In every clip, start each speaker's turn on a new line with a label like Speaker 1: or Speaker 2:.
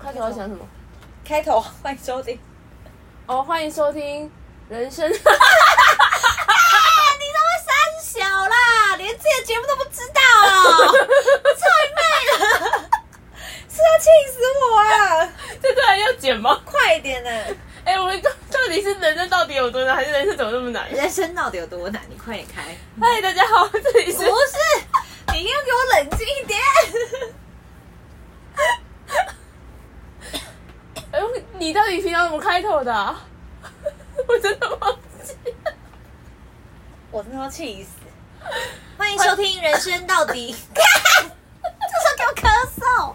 Speaker 1: 头要讲什么？
Speaker 2: 开头欢迎 收听，
Speaker 1: 哦，欢迎收听人生。
Speaker 2: 三小啦，连自己的节目都不知道 哦，太妹了，是要气死我啊！
Speaker 1: 这段要剪吗？
Speaker 2: 快点啊呢、
Speaker 1: 哎、我们到到底是人生到底有多难，还是人生怎么那么难？
Speaker 2: 人生到底有多难？你快点开！
Speaker 1: 嗨，大家好，这里
Speaker 2: 不
Speaker 1: 是
Speaker 2: 是，你要给我冷静一点。
Speaker 1: 哎、呦，你到底平常怎么开头的啊、 我真的忘记了。
Speaker 2: 我真的要气死！欢迎收听《人生到底》， 这时候给我咳嗽。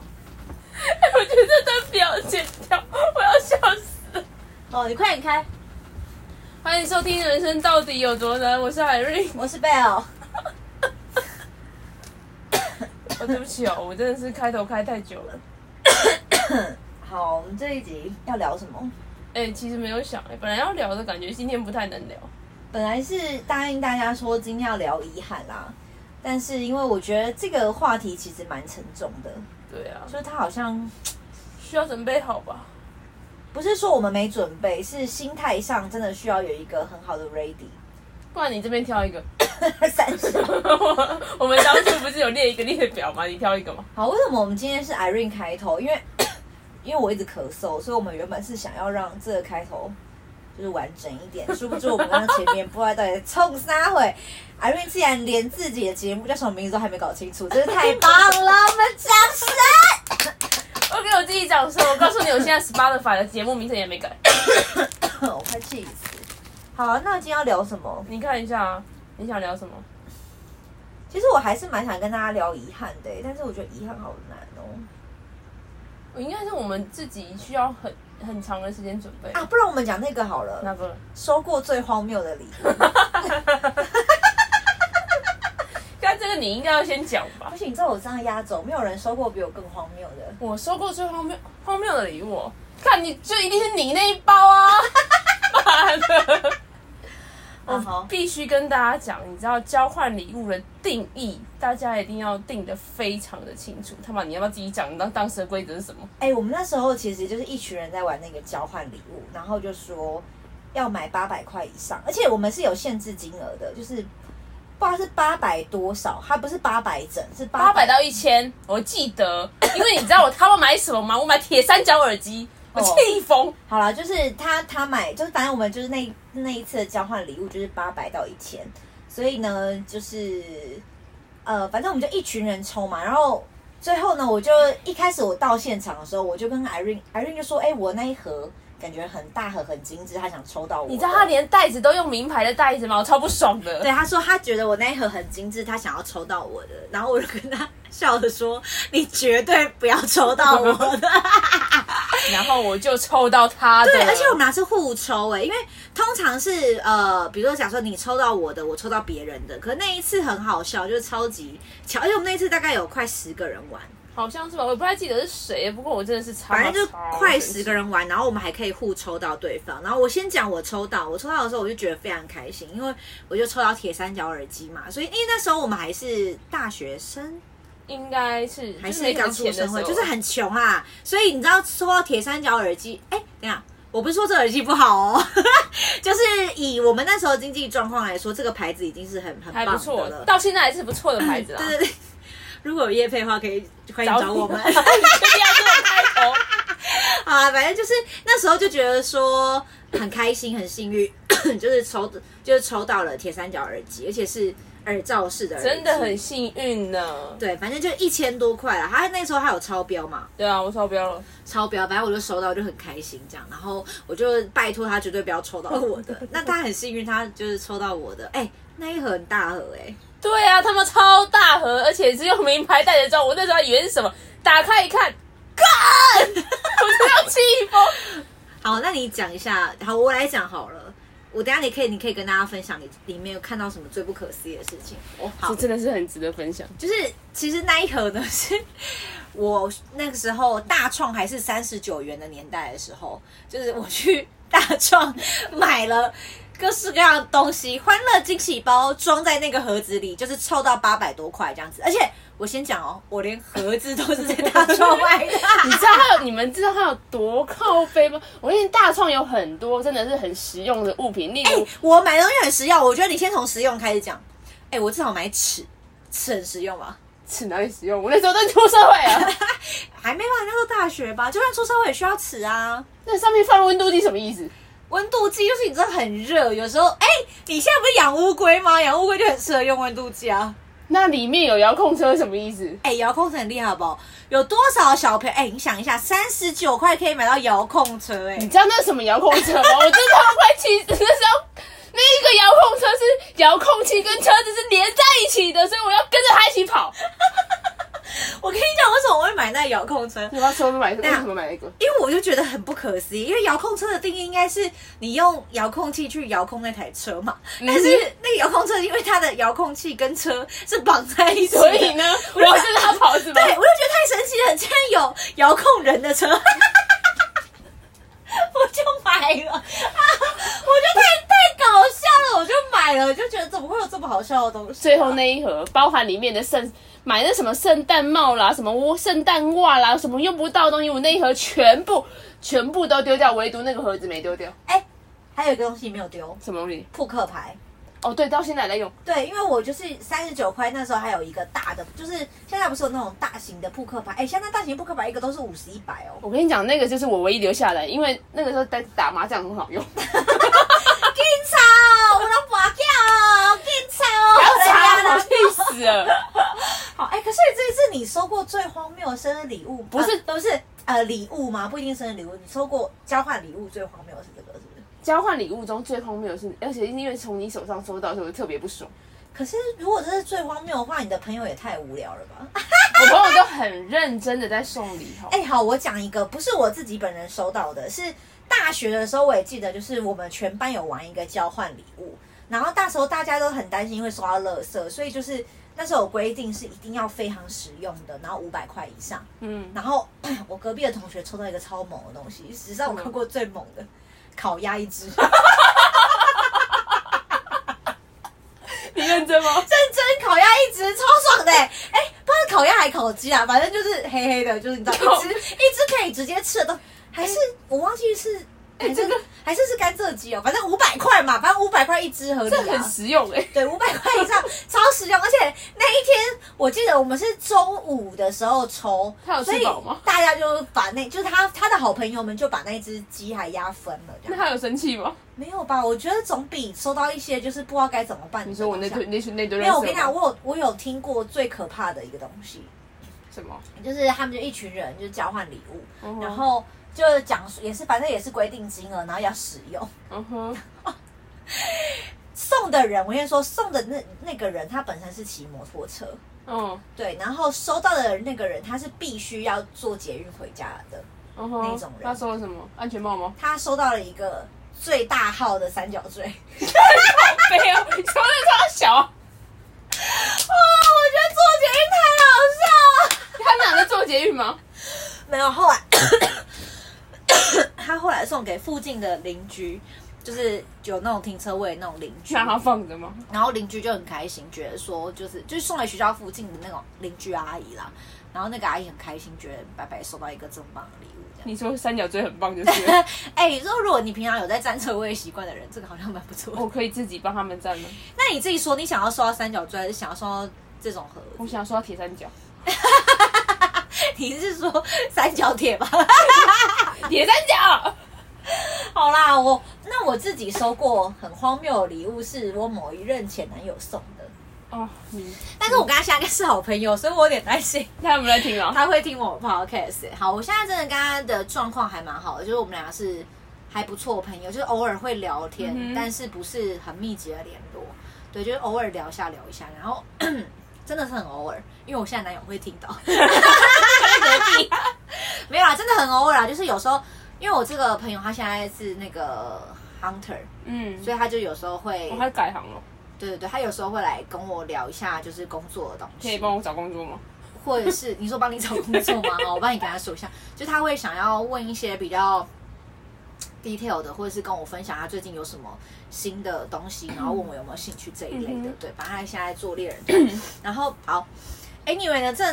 Speaker 1: 哎、我觉得这段不要剪掉，我要笑死了。
Speaker 2: 哦，你快点开！
Speaker 1: 欢迎收听《人生到底有多难》，我是海瑞。
Speaker 2: 我是贝尔，
Speaker 1: 我、对不起哦，我真的是开头开太久了。
Speaker 2: 好，我们这一集要聊什么？
Speaker 1: 哎、其实没有想、哎，本来要聊的感觉，今天不太能聊。
Speaker 2: 本来是答应大家说今天要聊遗憾啦，但是因为我觉得这个话题其实蛮沉重的，
Speaker 1: 对啊，
Speaker 2: 就是它好像
Speaker 1: 需要准备好吧？
Speaker 2: 不是说我们没准备，是心态上真的需要有一个很好的 ready。
Speaker 1: 不然你这边挑一个。
Speaker 2: 三十，
Speaker 1: 我我们当初不是有列一个列表吗？你挑一个嘛。
Speaker 2: 好，为什么我们今天是 Irene 开头？因为 因为我一直咳嗽，所以我们原本是想要让这个开头就是完整一点，殊不知我们刚刚前面不知道到底在冲啥会。Irene 竟然连自己的节目叫什么名字都还没搞清楚，真是太棒了！我们掌声。
Speaker 1: 我给我自己掌声！我告诉你，我现在 Spotify 的节目名称也没改。
Speaker 2: 我快气死。好，啊那今天要聊什么？
Speaker 1: 你看一下啊，你想聊什么？
Speaker 2: 其实我还是蛮想跟大家聊遗憾的欸，但是我觉得遗憾好难哦。
Speaker 1: 我应该是我们自己需要很很长的时间准备。
Speaker 2: 啊，不然我们讲那个好了，
Speaker 1: 那个，
Speaker 2: 收过最荒谬的礼物。
Speaker 1: 但这个你应该要先讲吧
Speaker 2: 不。行，这我这样压轴，没有人收过比我更荒谬的。
Speaker 1: 我收过最荒谬荒谬的礼物哦，看你就一定是你那一包 啊！妈的！
Speaker 2: 啊好
Speaker 1: 我必须跟大家讲，你知道交换礼物的定义，大家一定要定的非常的清楚。他妈，你要不要自己讲？当当时的规则是什么？
Speaker 2: 哎、我们那时候其实就是一群人在玩那个交换礼物，然后就说要买八百块以上，而且我们是有限制金额的，就是不知道是八百多少，它不是八百整，是
Speaker 1: 八
Speaker 2: 八
Speaker 1: 百到一千，我记 得，因为你知道我他妈买什么吗？我买铁三角耳机，我
Speaker 2: 哦
Speaker 1: 气疯。
Speaker 2: 好啦，就是他他买，就是反正我们就是那那一次的交换礼物就是八百到一千，所以呢，就是呃，反正我们就一群人抽嘛，然后最后呢，我就一开始我到现场的时候，我就跟 Irene Irene 就说，哎、我那一盒感觉很大盒很精致，他想抽到我的，
Speaker 1: 你知道他连袋子都用名牌的袋子吗？我超不爽的。
Speaker 2: 对，他说他觉得我那一盒很精致，他想要抽到我的，然后我就跟他笑着说：“你绝对不要抽到我的。
Speaker 1: 然后我就抽到他的”了，
Speaker 2: 对，而且我们俩是互抽哎、因为通常是呃，比如说假说你抽到我的，我抽到别人的，可那一次很好笑，就是超级巧，而且我们那一次大概有快十个人玩，
Speaker 1: 好像是吧，我也不太记得是谁，不过我真的是超，
Speaker 2: 反正就
Speaker 1: 哦
Speaker 2: 快十个人玩，然后我们还可以互抽到对方。然后我先讲我抽到，我抽到的时候我就觉得非常开心，因为我就抽到铁三角耳机嘛，所以因为那时候我们还是大学生。
Speaker 1: 应该是
Speaker 2: 还
Speaker 1: 就是没什么
Speaker 2: 是刚出
Speaker 1: 钱的
Speaker 2: 社
Speaker 1: 时
Speaker 2: 会，
Speaker 1: 候，
Speaker 2: 就是很穷啊。所以你知道抽到铁三角耳机，哎、等一下，我不是说这耳机不好哦， 就是以我们那时候经济状况来说，这个牌子已经是很很
Speaker 1: 还
Speaker 2: 棒
Speaker 1: 不错
Speaker 2: 的，了。
Speaker 1: 到现在还是不错的牌子啊。。
Speaker 2: 对对 对，如果有业配的话，可以欢迎找我们
Speaker 1: 一定要这种开头。
Speaker 2: 好啊，反正就是那时候就觉得说很开心，很幸运， 就是抽就是抽到了铁三角耳机，而且是耳罩式的耳机，
Speaker 1: 真的很幸运呢。
Speaker 2: 对，反正就一千多块了。他那时候还有超标嘛，
Speaker 1: 对啊，我超标了。
Speaker 2: 超标，反正我就收到，我就很开心这样。然后我就拜托他绝对不要抽到我的。那他很幸运，他就是抽到我的。哎、那一盒很大盒哎、
Speaker 1: 对啊，他们超大盒，而且是用名牌袋子装。我那时候还以为是什么，打开一看，干！ 我真的要气疯。
Speaker 2: 好，那你讲一下，好，我来讲好了。我等一下你可以，你可以跟大家分享你里面有看到什么最不可思议的事情。哦，好
Speaker 1: 这，真的是很值得分享。
Speaker 2: 就是其实那一盒呢，是我那个时候大创还是三十九元的年代的时候，就是我去大创买了各式各样的东西，欢乐惊喜包装在那个盒子里，就是凑到八百多块这样子，而且。我先讲哦，我连盒子都是在大创买的， 哎
Speaker 1: 你知道它有你们知道它有多靠背吗？我跟你大创有很多真的是很实用的物品，例如、
Speaker 2: 我买东西很实用，我觉得你先从实用开始讲。哎、我至少买尺，尺很实用啊 吧？
Speaker 1: 尺哪里实用？我那时候都出社会啊了，
Speaker 2: 还没吧？那时候大学吧，就算出社会也需要尺啊。
Speaker 1: 那上面放温度计什么意思？
Speaker 2: 温度计就是你真的很热，有时候哎、你现在不是养乌龟吗？养乌龟就很适合用温度计啊。
Speaker 1: 那里面有遥控车什么意思？
Speaker 2: 哎、遥控车很厉害好不好？有多少小朋友？哎、你想一下，三十九块可以买到遥控车、
Speaker 1: 你
Speaker 2: 哎，
Speaker 1: 知道那是什么遥控车吗？我真的快气死！那时候那一个遥控车是遥控器跟车子是连在一起的，所以我要跟着它一起跑。
Speaker 2: 我跟你讲，为什么我会买那遥控车？
Speaker 1: 你要说买为
Speaker 2: 那
Speaker 1: 什么买那个？
Speaker 2: 因为我就觉得很不可思议，因为遥控车的定义应该是你用遥控器去遥控那台车嘛，但是那个遥控车因为它的遥控器跟车是绑在一起的，
Speaker 1: 所以呢，我要跟着它跑是吗
Speaker 2: 对？我就觉得太神奇了，竟然有遥控人的车， 我就买了啊！我就太太搞笑了，我就买了，我就觉得怎么会有这么好笑的东西、
Speaker 1: 最后。那一盒包含里面的圣买那什么圣诞帽啦，什么窝圣诞袜啦，什么用不到的东西，我那一盒全部全部都丢掉，唯独那个盒子没丢掉。
Speaker 2: 哎、还有一个东西没有丢，
Speaker 1: 什么东西？
Speaker 2: 扑克牌。
Speaker 1: 哦，对，到现在还在用。
Speaker 2: 对，因为我就是三十九块，那时候还有一个大的，就是现在不是有那种大型的扑克牌？哎、现在大型扑克牌一个都是五十一百哦。
Speaker 1: 我跟你讲，那个就是我唯一留下来，因为那个时候在打麻将很好用。
Speaker 2: 警察，我都拔掉哦，警察 哦，
Speaker 1: 不要啊查，
Speaker 2: 人家
Speaker 1: 我
Speaker 2: 的
Speaker 1: 气死了！
Speaker 2: 好，哎、可是这次你收过最荒谬的生日礼物，
Speaker 1: 不是
Speaker 2: 呃都是呃礼物吗？不一定生日礼物，你收过交换礼物最荒谬的是这个，是不是？
Speaker 1: 交换礼物中最荒谬的是，而且因为从你手上收到的时候，我特别不爽。
Speaker 2: 可是如果这是最荒谬的话，你的朋友也太无聊了吧？
Speaker 1: 我朋友都很认真的在送礼哈。
Speaker 2: 哎、好，我讲一个，不是我自己本人收到的，是大学的时候，我也记得，就是我们全班有玩一个交换礼物，然后那时候大家都很担心会收到垃圾，所以就是那时候有规定是一定要非常实用的，然后五百块以上。
Speaker 1: 嗯，
Speaker 2: 然后 我隔壁的同学抽到一个超猛的东西，史上我看过最猛的烤鸭一只，认
Speaker 1: 你认真吗？
Speaker 2: 真烤鸭一只超爽的、欸，哎、不知道烤鸭还烤鸡啊，反正就是黑黑的，就是 你知道一只一只可以直接吃的东，还是
Speaker 1: 哎
Speaker 2: 我忘记是。还是还是是甘蔗鸡哦，反正五百块嘛，反正五百块一只合理
Speaker 1: 这
Speaker 2: 啊
Speaker 1: 很。实用哎、
Speaker 2: 对，五百块以上超实用，而且那一天我记得我们是中午的时候抽
Speaker 1: 他有，吃
Speaker 2: 所以
Speaker 1: 饱吗
Speaker 2: 大家就把那就是他他的好朋友们就把那只鸡还压分了，这
Speaker 1: 那
Speaker 2: 样
Speaker 1: 他有生气吗？
Speaker 2: 没有吧？我觉得总比收到一些就是不知道该怎么办的
Speaker 1: 你
Speaker 2: 东西
Speaker 1: 说我
Speaker 2: 好。
Speaker 1: 那堆那群那堆
Speaker 2: 没
Speaker 1: 人，
Speaker 2: 有，我跟你讲，我有我有听过最可怕的一个东西，
Speaker 1: 什么？
Speaker 2: 就是他们就一群人就交换礼物，
Speaker 1: 嗯哼
Speaker 2: 然后就讲也是反正也是规定金额，然后要使用。
Speaker 1: 嗯哼，
Speaker 2: 送的人，我先说送的那那个人，他本身是骑摩托车，
Speaker 1: 嗯
Speaker 2: 对，然后收到的那个人，他是必须要坐捷运回家的。
Speaker 1: 嗯
Speaker 2: 那
Speaker 1: 哼，
Speaker 2: 种人
Speaker 1: 他收了什么？安全帽吗？
Speaker 2: 他收到了一个最大号的三角锥， 哦，
Speaker 1: 没有，你说那超小，啊
Speaker 2: 我觉得坐捷运太好笑了。
Speaker 1: 他们俩在做捷运吗？
Speaker 2: 没有，后来他后来送给附近的邻居，就是有那种停车位的那种邻居，
Speaker 1: 让他放着吗？
Speaker 2: 然后邻居就很开心，觉得说就是就是送给学校附近的那种邻居阿姨啦，然后那个阿姨很开心，觉得白白收到一个这么棒的礼物，这样。
Speaker 1: 你说三角锥很棒就是 了，
Speaker 2: 哎、你说如果你平常有在占车位习惯的人，这个好像蛮不错的。
Speaker 1: 我可以自己帮他们站吗？
Speaker 2: 那你自己说，你想要收到三角锥，还是想要收到这种盒
Speaker 1: 我
Speaker 2: 子？
Speaker 1: 想说到铁三角，
Speaker 2: 你是说三角铁吧？啊
Speaker 1: 铁三角，
Speaker 2: 好啦，我那我自己收过很荒谬的礼物，是我某一任前男友送的，
Speaker 1: 哦，你，
Speaker 2: 但是我跟他现在应该是好朋友，所以我有点担心。
Speaker 1: 那有没有在听啊？
Speaker 2: 他会听我 podcast 欸。好，我现在真的跟他的状况还蛮好的，就是我们俩是还不错的朋友，就是偶尔会聊天，
Speaker 1: 嗯哼
Speaker 2: 但是不是很密集的联络。对，就是偶尔聊一下聊一下，然后 真的是很偶尔，因为我现在男友会听到， 没有啦，啊真的很偶尔啦，就是有时候，因为我这个朋友他现在是那个 hunter，
Speaker 1: 嗯，
Speaker 2: 所以他就有时候会
Speaker 1: 我，还改行了，
Speaker 2: 对对对，他有时候会来跟我聊一下就是工作的东
Speaker 1: 可以
Speaker 2: 西。
Speaker 1: 帮我找工作吗？
Speaker 2: 或者是你说帮你找工作吗？ 哦好，我帮你跟他说一下，就他会想要问一些比较 detail 的，或者是跟我分享他最近有什么新的东西，然后问我有没有兴趣这一类的
Speaker 1: 嗯哼。
Speaker 2: 对，反正他现在做猎人，然后好。哎、 anyway 呢，这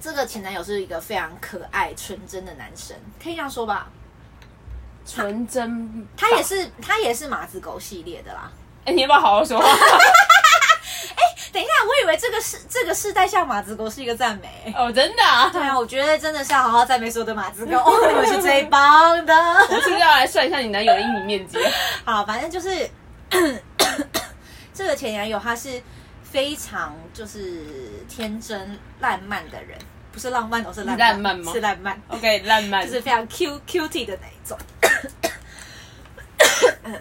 Speaker 2: 这个前男友是一个非常可爱、纯真的男生，可以这样说吧。
Speaker 1: 纯真吧，
Speaker 2: 他也是，他也是马子狗系列的啦。
Speaker 1: 哎、你要不要好好说话？
Speaker 2: 等一下，我以为这个世这个世代下马子狗是一个赞美、
Speaker 1: 哦，真的、啊，
Speaker 2: 对啊，我觉得真的是要好好赞美所有的马 子狗，你们是最棒的。
Speaker 1: 我是不是要来算一下你男友的阴影面积？
Speaker 2: 好，反正就是 这个前男友他是非常就是天真烂漫的人，不是浪漫哦，是烂漫
Speaker 1: 是烂漫吗哦
Speaker 2: 是烂漫，
Speaker 1: OK，烂漫，
Speaker 2: 就是非常 Q Q T 的那一种。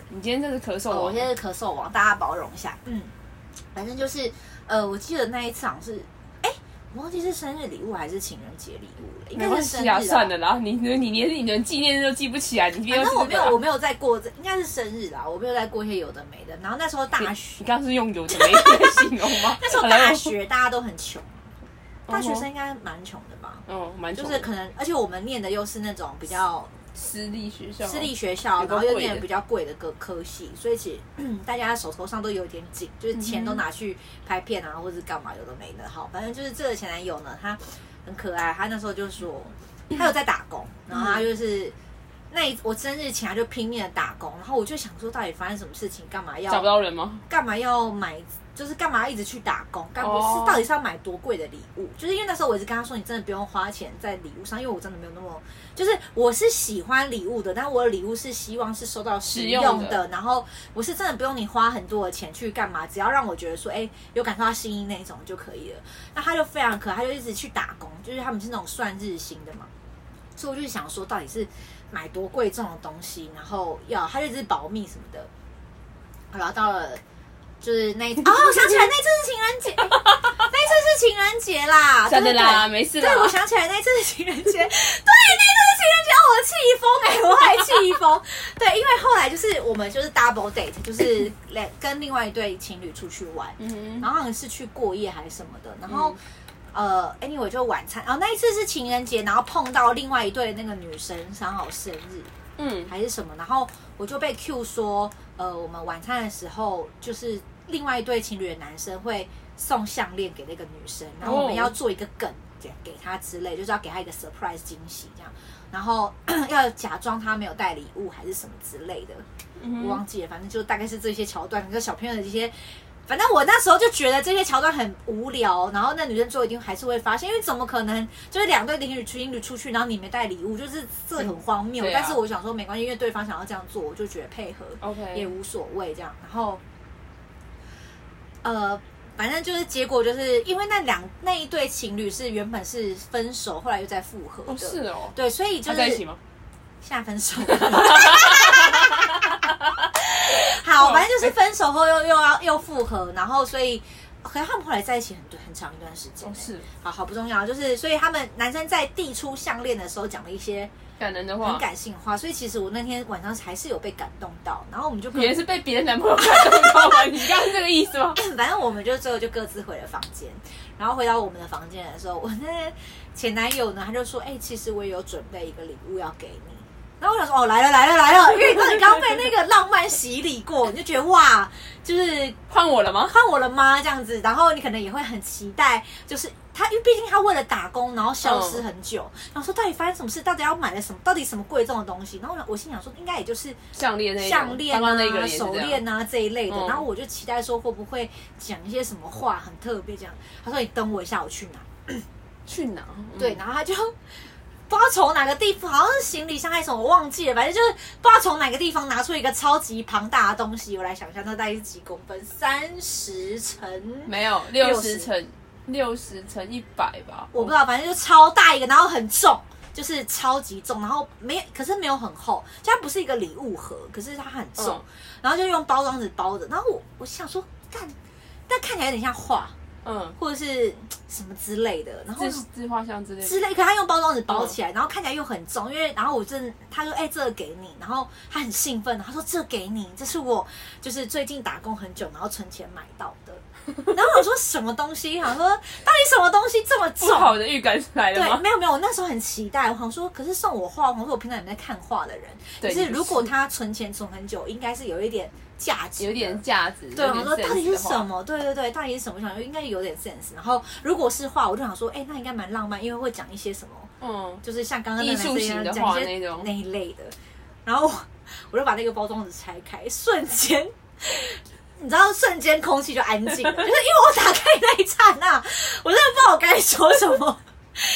Speaker 1: 你今天真是咳嗽、啊
Speaker 2: 哦我现在是咳嗽王，大家包容一下。嗯，反正就是呃，我记得那一场是，哎、我忘记是生日礼物还是情人节礼物了，应
Speaker 1: 没
Speaker 2: 该
Speaker 1: 关
Speaker 2: 是生
Speaker 1: 系
Speaker 2: 日、
Speaker 1: 啊，算了啦，你你连你的纪念日都记不起来，你
Speaker 2: 反
Speaker 1: 别
Speaker 2: 正啊我没有，我没有在过这，应该是生日啦，我没有在过一些有的没的。然后那时候大学
Speaker 1: 你，刚刚是用有的没的形容吗？
Speaker 2: 那时候大学大家都很穷，大学生应该蛮穷的吧？
Speaker 1: 哦，蛮
Speaker 2: 就
Speaker 1: 丑
Speaker 2: 是
Speaker 1: 的
Speaker 2: 可能，而且我们念的又是那种比较
Speaker 1: 私立学校，
Speaker 2: 私立学校，
Speaker 1: 有
Speaker 2: 然
Speaker 1: 个
Speaker 2: 后又念
Speaker 1: 贵的
Speaker 2: 比较贵的科科系，所以其实 大家手头上都有点紧，就是钱
Speaker 1: 嗯
Speaker 2: 都拿去拍片啊，或者是干嘛有的没的。好，反正就是这个前男友呢，他很可爱，他那时候就说他有在打工，然后他
Speaker 1: 嗯
Speaker 2: 就是。那一我生日前他就拼命的打工，然后我就想说，到底发生什么事情？干嘛要
Speaker 1: 找不到人吗？
Speaker 2: 干嘛要买，就是干嘛一直去打工？干不
Speaker 1: 哦
Speaker 2: 是到底是要买多贵的礼物？就是因为那时候我一直跟他说，你真的不用花钱在礼物上，因为我真的没有那么，就是我是喜欢礼物的，但我的礼物是希望是收到实用
Speaker 1: 实
Speaker 2: 的，
Speaker 1: 用的
Speaker 2: 然后我是真的不用你花很多的钱去干嘛，只要让我觉得说，哎、有感受到心意那一种就可以了。那他就非常可爱，他就一直去打工，就是他们是那种算日薪的嘛，所以我就想说，到底是买多贵重的东西，然后要他就一直保密什么的。好然后到了就是 那一哦，我想起来那一次是情人节，那一次是情人节啦，
Speaker 1: 算了啦，
Speaker 2: 啊对
Speaker 1: 没事
Speaker 2: 对
Speaker 1: 啦
Speaker 2: 对，。我想起来那一次是情人节，对， 那一次是情人节，哦我气疯哎，我还气疯。对，因为后来就是我们就是 double date，就是两跟另外一对情侣出去玩，
Speaker 1: 嗯
Speaker 2: 然后好像是去过夜还是什么的，然后。呃，anyway 就晚餐，然、后那一次是情人节，然后碰到另外一对那个女生刚好生日
Speaker 1: 嗯，
Speaker 2: 还是什么，然后我就被 Q 说，呃，我们晚餐的时候就是另外一对情侣的男生会送项链给那个女生，然后我们要做一个梗给给她之类，就是要给她一个 surprise 惊喜这样，然后 要假装她没有带礼物还是什么之类的，
Speaker 1: 嗯
Speaker 2: 我忘记了，反正就大概是这些桥段，跟小朋友的这些。反正我那时候就觉得这些桥段很无聊，然后那女生最后一定还是会发现，因为怎么可能就是两对情侣情侣出去，然后你没带礼物，就是这很荒谬。
Speaker 1: 对啊
Speaker 2: 但是我想说没关系，因为对方想要这样做，我就觉得配合也
Speaker 1: OK，
Speaker 2: 无所谓这样。然后，呃，反正就是结果就是因为那两那一对情侣是原本是分手，后来又再复合的，
Speaker 1: 哦是哦，
Speaker 2: 对，所以就
Speaker 1: 他
Speaker 2: 是
Speaker 1: 在一起吗？
Speaker 2: 现在分手。 好，反正就是分手后又又要又复合，然后所以，可是他们后来在一起很多很长一段时间、
Speaker 1: 哦是，
Speaker 2: 好好不重要，就是所以他们男生在递出项链的时候讲了一些
Speaker 1: 感人的
Speaker 2: 很
Speaker 1: 话，
Speaker 2: 感性的话，所以其实我那天晚上还是有被感动到，然后我们就各
Speaker 1: 也是被 别的男朋友感动到吗？你刚刚是这个意思吗？
Speaker 2: 反正我们就最后就各自回了房间，然后回到我们的房间的时候，我那前男友呢，他就说：“哎、其实我也有准备一个礼物要给你。”然后我想说：“哦，来了来了来了！”因为你知道你刚刚被那个浪漫洗礼过，你就觉得哇，就是
Speaker 1: 换我了吗？
Speaker 2: 看我了吗？这样子，然后你可能也会很期待，就是他，因为毕竟他为了打工，然后消失很久，然后说到底发生什么事，到底要买了什么，到底什么贵重的东西，然后我心想说，应该也就是
Speaker 1: 项链那一种
Speaker 2: 项链
Speaker 1: 刚刚那个
Speaker 2: 啊、
Speaker 1: 人也是
Speaker 2: 手
Speaker 1: 这样。
Speaker 2: 链啊这一类的，
Speaker 1: 嗯
Speaker 2: 然后我就期待说会不会讲一些什么话很特别这样。他说你等我一下，我去拿。
Speaker 1: 去哪？
Speaker 2: 对，然后他就不知道从哪个地方，好像是行李箱还是什么，我忘记了，反正就是不知道从哪个地方拿出一个超级庞大的东西。我来想一下，那大概是几公分？三十乘
Speaker 1: 没有六十
Speaker 2: 60
Speaker 1: 乘六十乘一百吧，
Speaker 2: 我不知道，反正就超大一个，然后很重，就是超级重，然后没有，可是没有很厚，就它不是一个礼物盒，可是它很重，
Speaker 1: 嗯
Speaker 2: 然后就用包装纸包的。然后我我想说，干，但看起来有点像画
Speaker 1: 嗯，
Speaker 2: 或者是什么之类的，然后
Speaker 1: 自自画像之类的。
Speaker 2: 之类，可它用包装纸包
Speaker 1: 嗯
Speaker 2: 起来，然后看起来又很重，因为然后我真的他说哎、这个给你，然后他很兴奋，他说这给你，这是我就是最近打工很久，然后存钱买到的。 然后我说什么东西，想说到底什么东西这么
Speaker 1: 不 好
Speaker 2: 重？
Speaker 1: 的预感来了
Speaker 2: 对，
Speaker 1: 吗？
Speaker 2: 没有没有，我那时候很期待，我想说，可是送我画，我想说我平常也没在看画的人，可
Speaker 1: 对
Speaker 2: 是
Speaker 1: 你
Speaker 2: 如果他存钱存很久，应该是有一点价值的，
Speaker 1: 有点价值，
Speaker 2: 对，
Speaker 1: 有
Speaker 2: 我
Speaker 1: 点
Speaker 2: 说到底
Speaker 1: sense
Speaker 2: 是
Speaker 1: 的话
Speaker 2: 什？么？对对对，到底是什么？我想说应该有点 sense。然后如果是画，我就想说，哎、那应该蛮浪漫，因为会讲一些什么，
Speaker 1: 嗯，
Speaker 2: 就是像刚刚那
Speaker 1: 艺
Speaker 2: 男生
Speaker 1: 术
Speaker 2: 一样
Speaker 1: 型的
Speaker 2: 讲
Speaker 1: 画
Speaker 2: 一些
Speaker 1: 那种
Speaker 2: 那一类的。然后我我就把那个包装纸拆开，瞬间。 你知道，瞬间空气就安静了，就是因为我打开那一刹那，我真的不知道我该说什么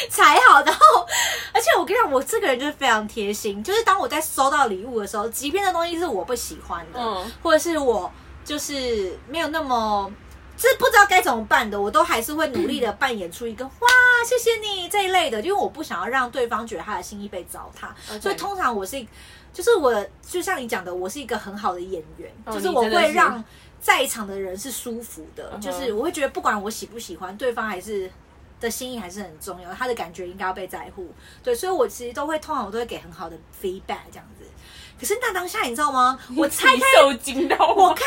Speaker 2: 才好。然后，而且我跟你讲，我这个人就是非常贴心，就是当我在收到礼物的时候，即便那东西是我不喜欢的，
Speaker 1: 嗯
Speaker 2: 或者是我就是没有那么。就是不知道该怎么办的，我都还是会努力的扮演出一个哇，谢谢你这一类的，因为我不想要让对方觉得他的心意被糟蹋
Speaker 1: OK
Speaker 2: 所以通常我是一，就是我就像你讲的，我是一个很好的演员，
Speaker 1: 哦
Speaker 2: 就是
Speaker 1: 你
Speaker 2: 我
Speaker 1: 真的
Speaker 2: 会
Speaker 1: 是
Speaker 2: 让在场的人是舒服的，
Speaker 1: 嗯哼
Speaker 2: 就是我会觉得不管我喜不喜欢，对方还是的心意还是很重要，他的感觉应该要被在乎。对，所以我其实都会通常我都会给很好的 feedback 这样子。可是那当下你知道吗？我拆
Speaker 1: 你
Speaker 2: 开
Speaker 1: 受惊到
Speaker 2: 我
Speaker 1: 我
Speaker 2: 开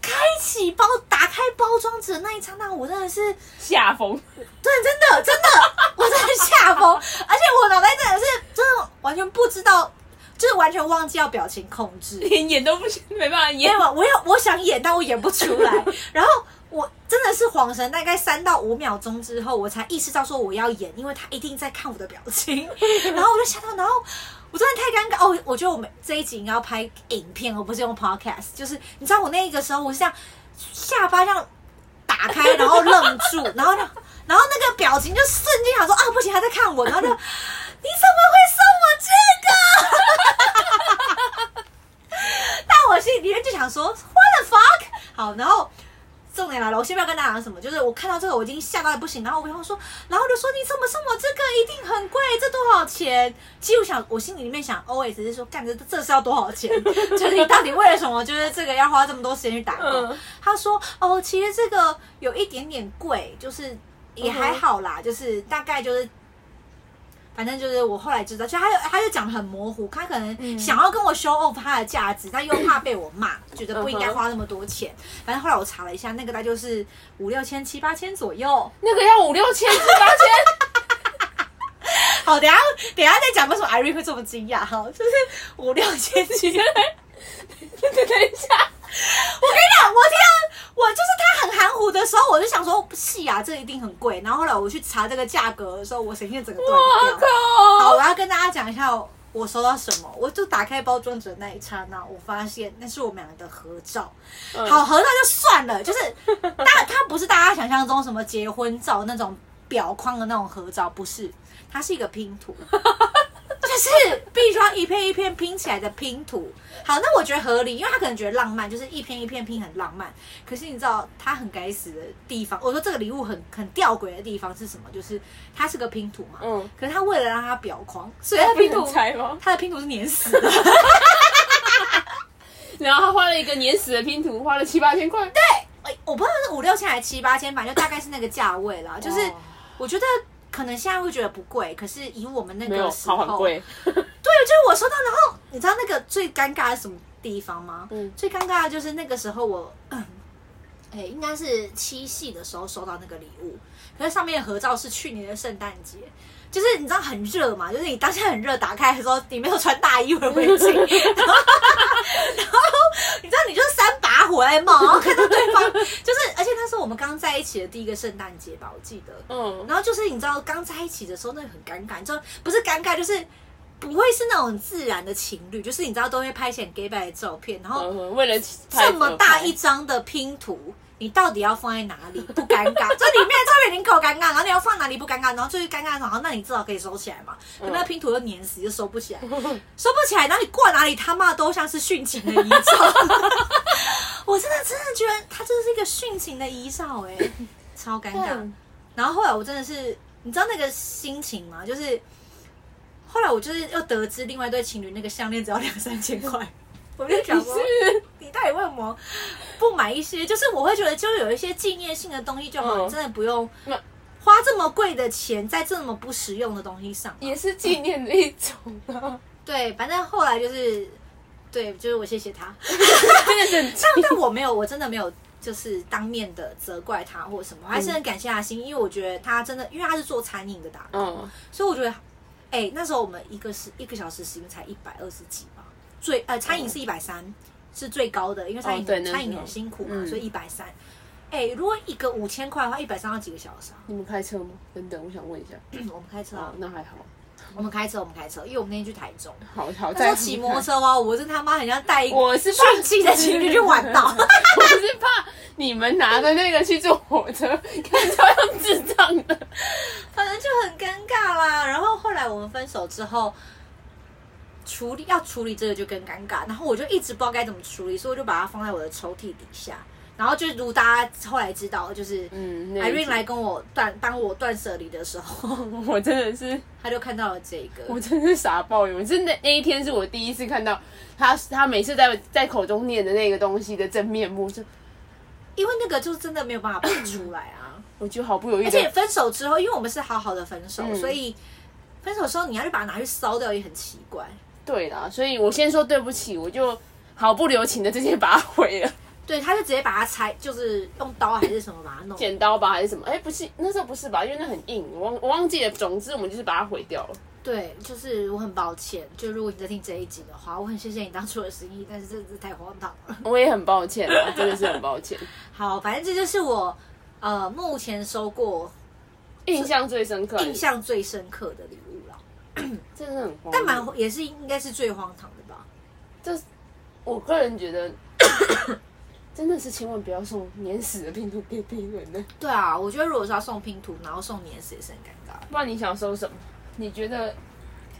Speaker 2: 开启包打开包装纸的那一刹那，我真的是
Speaker 1: 下风，
Speaker 2: 真的真的真的，我真的吓疯，而且我脑袋真的是真的完全不知道，就是完全忘记要表情控制。
Speaker 1: 连演都不行，没办法
Speaker 2: 没
Speaker 1: 演
Speaker 2: 有，。啊我有我想演，但我演不出来。然后我真的是恍神，大概三到五秒钟之后，我才意识到说我要演，因为他一定在看我的表情。然后我就吓到，然后我真的太尴尬哦！我觉得我们这一集应该要拍影片，而不是用 podcast。就是你知道，我那个时候我是这样下巴这样打开，然后愣住，然后就然后那个表情就瞬间想说啊，不行，他在看我，然后就你怎么会送我这个？ 但我心里面就想说，What the fuck？好，然后重点来哦了，我先不要跟大家讲什么，就是我看到这个我已经吓到也不行，然后我朋友说，然后我就说你怎么送我这个？一定很贵，这多少钱？其实我想，我心里面想，always 是说，干这这是要多少钱？就是你到底为了什么？就是这个要花这么多时间去打工？
Speaker 1: 嗯
Speaker 2: 他说，哦，其实这个有一点点贵，就是也还好啦，就是大概就是。反正就是我后来知道，就他就他就讲的很模糊，他可能
Speaker 1: 嗯
Speaker 2: 想要跟我 show off 他的价值，但又怕被我骂，觉得不应该花那么多钱。反正后来我查了一下，那个大概就是五六千、七八千左右。
Speaker 1: 那个要五六千、七八千，
Speaker 2: 好，等一下等一下再讲为什么 Irene 会这么惊讶哈，就是五六千 七。
Speaker 1: 你真的 等一下，
Speaker 2: 我跟你讲，我听到我就是他很含糊的时候，我就想说不是啊，这一定很贵。然后后来我去查这个价格的时候，我神经整个 断
Speaker 1: 我
Speaker 2: 掉。好，
Speaker 1: 靠！
Speaker 2: 我要跟大家讲一下我收到什么。我就打开包装纸的那一刹那，我发现那是我们两个的合照。
Speaker 1: 嗯
Speaker 2: 好，合照就算了，就是大它不是大家想象中什么结婚照那种表框的那种合照，不是，它是一个拼图。就是必须要一片一片拼起来的拼图。好，那我觉得合理，因为他可能觉得浪漫，就是一片一片拼很浪漫。可是你知道他很该死的地方，我说这个礼物很很吊诡的地方是什么？就是它是个拼图嘛，
Speaker 1: 嗯，
Speaker 2: 可是他为了让它表框，所以他拼
Speaker 1: 不
Speaker 2: 图
Speaker 1: 能拆吗？
Speaker 2: 他的拼图是粘死的。
Speaker 1: 然后他画了一个碾死的拼图，花了七八千块。对，
Speaker 2: 哎 我不知道是五六千还是七八千，反正就大概是那个价位啦。就是我觉得可能现在会觉得不贵，可是以我们那
Speaker 1: 没有，
Speaker 2: 个时
Speaker 1: 好很
Speaker 2: 候，对，
Speaker 1: 贵。
Speaker 2: 就是我收到，然后你知道那个最尴尬的是什么地方吗？
Speaker 1: 嗯
Speaker 2: 最尴尬的就是那个时候我，嗯哎、应该是七夕的时候收到那个礼物，可是上面的合照是去年的圣诞节。就是你知道很热嘛，就是你当下很热，打开的时候你没有穿大衣或者围巾，然后然后你知道你就是三把火在冒，然后看到对方就是，而且那是我们刚在一起的第一个圣诞节吧，我记得，
Speaker 1: 嗯，
Speaker 2: 然后就是你知道刚在一起的时候，那个很尴尬，你知道不是尴尬，就是不会是那种自然的情侣，就是你知道都会拍一些很 gay 白的照片，然后
Speaker 1: 嗯为了拍
Speaker 2: 这么大一
Speaker 1: 合
Speaker 2: 张的拼图。你到底要放在哪里不尴尬？ 这里面的照片已经够尴尬，然后你要放哪里不尴尬？然后最尴尬的时候，好那你至少可以收起来嘛。可那拼图又粘死，就收不起来，收不起来，然后你挂哪里他妈都像是殉情的遗照。 我真的真的觉得它真的是一个殉情的遗照、哎，超尴
Speaker 1: 拍。
Speaker 2: 尬。
Speaker 1: 嗯
Speaker 2: 然后后来我真的是，你知道那个心情吗？就是后来我就是又得知另外一对情侣那个项链只要两三千块， 我就想
Speaker 1: 你
Speaker 2: 说，
Speaker 1: 是
Speaker 2: 你到底为什么不买一些？就是我会觉得，就有一些纪念性的东西就好，
Speaker 1: 嗯
Speaker 2: 你真的不用
Speaker 1: 那
Speaker 2: 花这么贵的钱在这么不实用的东西上。
Speaker 1: 也是纪念的一种 啊，
Speaker 2: 对，反正后来就是，对，就是我谢谢他。
Speaker 1: 真的是很
Speaker 2: 但但我没有，我真的没有就是当面的责怪他或什么，我还是很感谢他的心，因为我觉得他真的，因为他是做餐饮的打工，
Speaker 1: 嗯，
Speaker 2: 所以我觉得，哎、那时候我们一个时一个小时时薪才一百二十几嘛，最呃餐饮是一百三，是最高的，因为餐饮、
Speaker 1: 哦哦对那时候
Speaker 2: 餐饮很辛苦嘛，
Speaker 1: 嗯
Speaker 2: 所以一百三。哎、如果一个五千块的话，一百三要几个小 时啊？
Speaker 1: 你们开车吗？等等，我想问一下。
Speaker 2: 我们开车啊
Speaker 1: 哦，，那还好，
Speaker 2: 我们开车，我们开车，因为我们那天去台中，
Speaker 1: 好好
Speaker 2: 那时
Speaker 1: 在
Speaker 2: 候骑摩托车哦，我真他妈很像带一个
Speaker 1: 我是怕
Speaker 2: 殉情的情侣去玩 到。
Speaker 1: 我是怕你们拿着那个去坐火车，看照样智障的。
Speaker 2: 反正就很尴尬啦。然后后来我们分手之后，处理要处理这个就更尴尬，然后我就一直不知道该怎么处理，所以我就把它放在我的抽屉底下。然后就如大家后来知道，就是
Speaker 1: 嗯，那一集
Speaker 2: Irene 来跟我断帮我断舍离的时候，
Speaker 1: 我真的是，
Speaker 2: 他就看到了这个。
Speaker 1: 我真是傻爆眼。真的那一天是我第一次看到他，他每次在在口中念的那个东西的真面目，就
Speaker 2: 因为那个就真的没有办法搬出来 啊。
Speaker 1: 我就毫不犹豫
Speaker 2: 而且
Speaker 1: 的，
Speaker 2: 分手之后，因为我们是好好的分手，
Speaker 1: 嗯
Speaker 2: 所以分手之后你要去把它拿去烧掉也很奇怪。
Speaker 1: 对啦，所以我先说对不起，我就毫不留情的直接把它毁了，
Speaker 2: 对，他就直接把它拆，就是用刀还是什么把它弄
Speaker 1: 剪刀吧还是什么？哎、不是，那时候不是吧？因为那很硬，我忘我忘记了。总之我们就是把它毁掉了。
Speaker 2: 对，就是我很抱歉，就如果你在听这一集的话，我很谢谢你当初的心意，但是真的是太荒唐了。
Speaker 1: 我也很抱歉啊，真的是很抱 歉。
Speaker 2: 好，反正这就是我呃目前收过
Speaker 1: 印象最深刻，
Speaker 2: 印象最深刻的礼物了，
Speaker 1: 真的很荒谬，
Speaker 2: 但蛮也是应该是最荒唐的吧。
Speaker 1: 就是我个人觉得， 真的是千万不要送碾死的拼图给别人的。
Speaker 2: 对啊，我觉得如果是要送拼图，然后送年死也是很尴 尬。
Speaker 1: 不然你想收什么？你觉得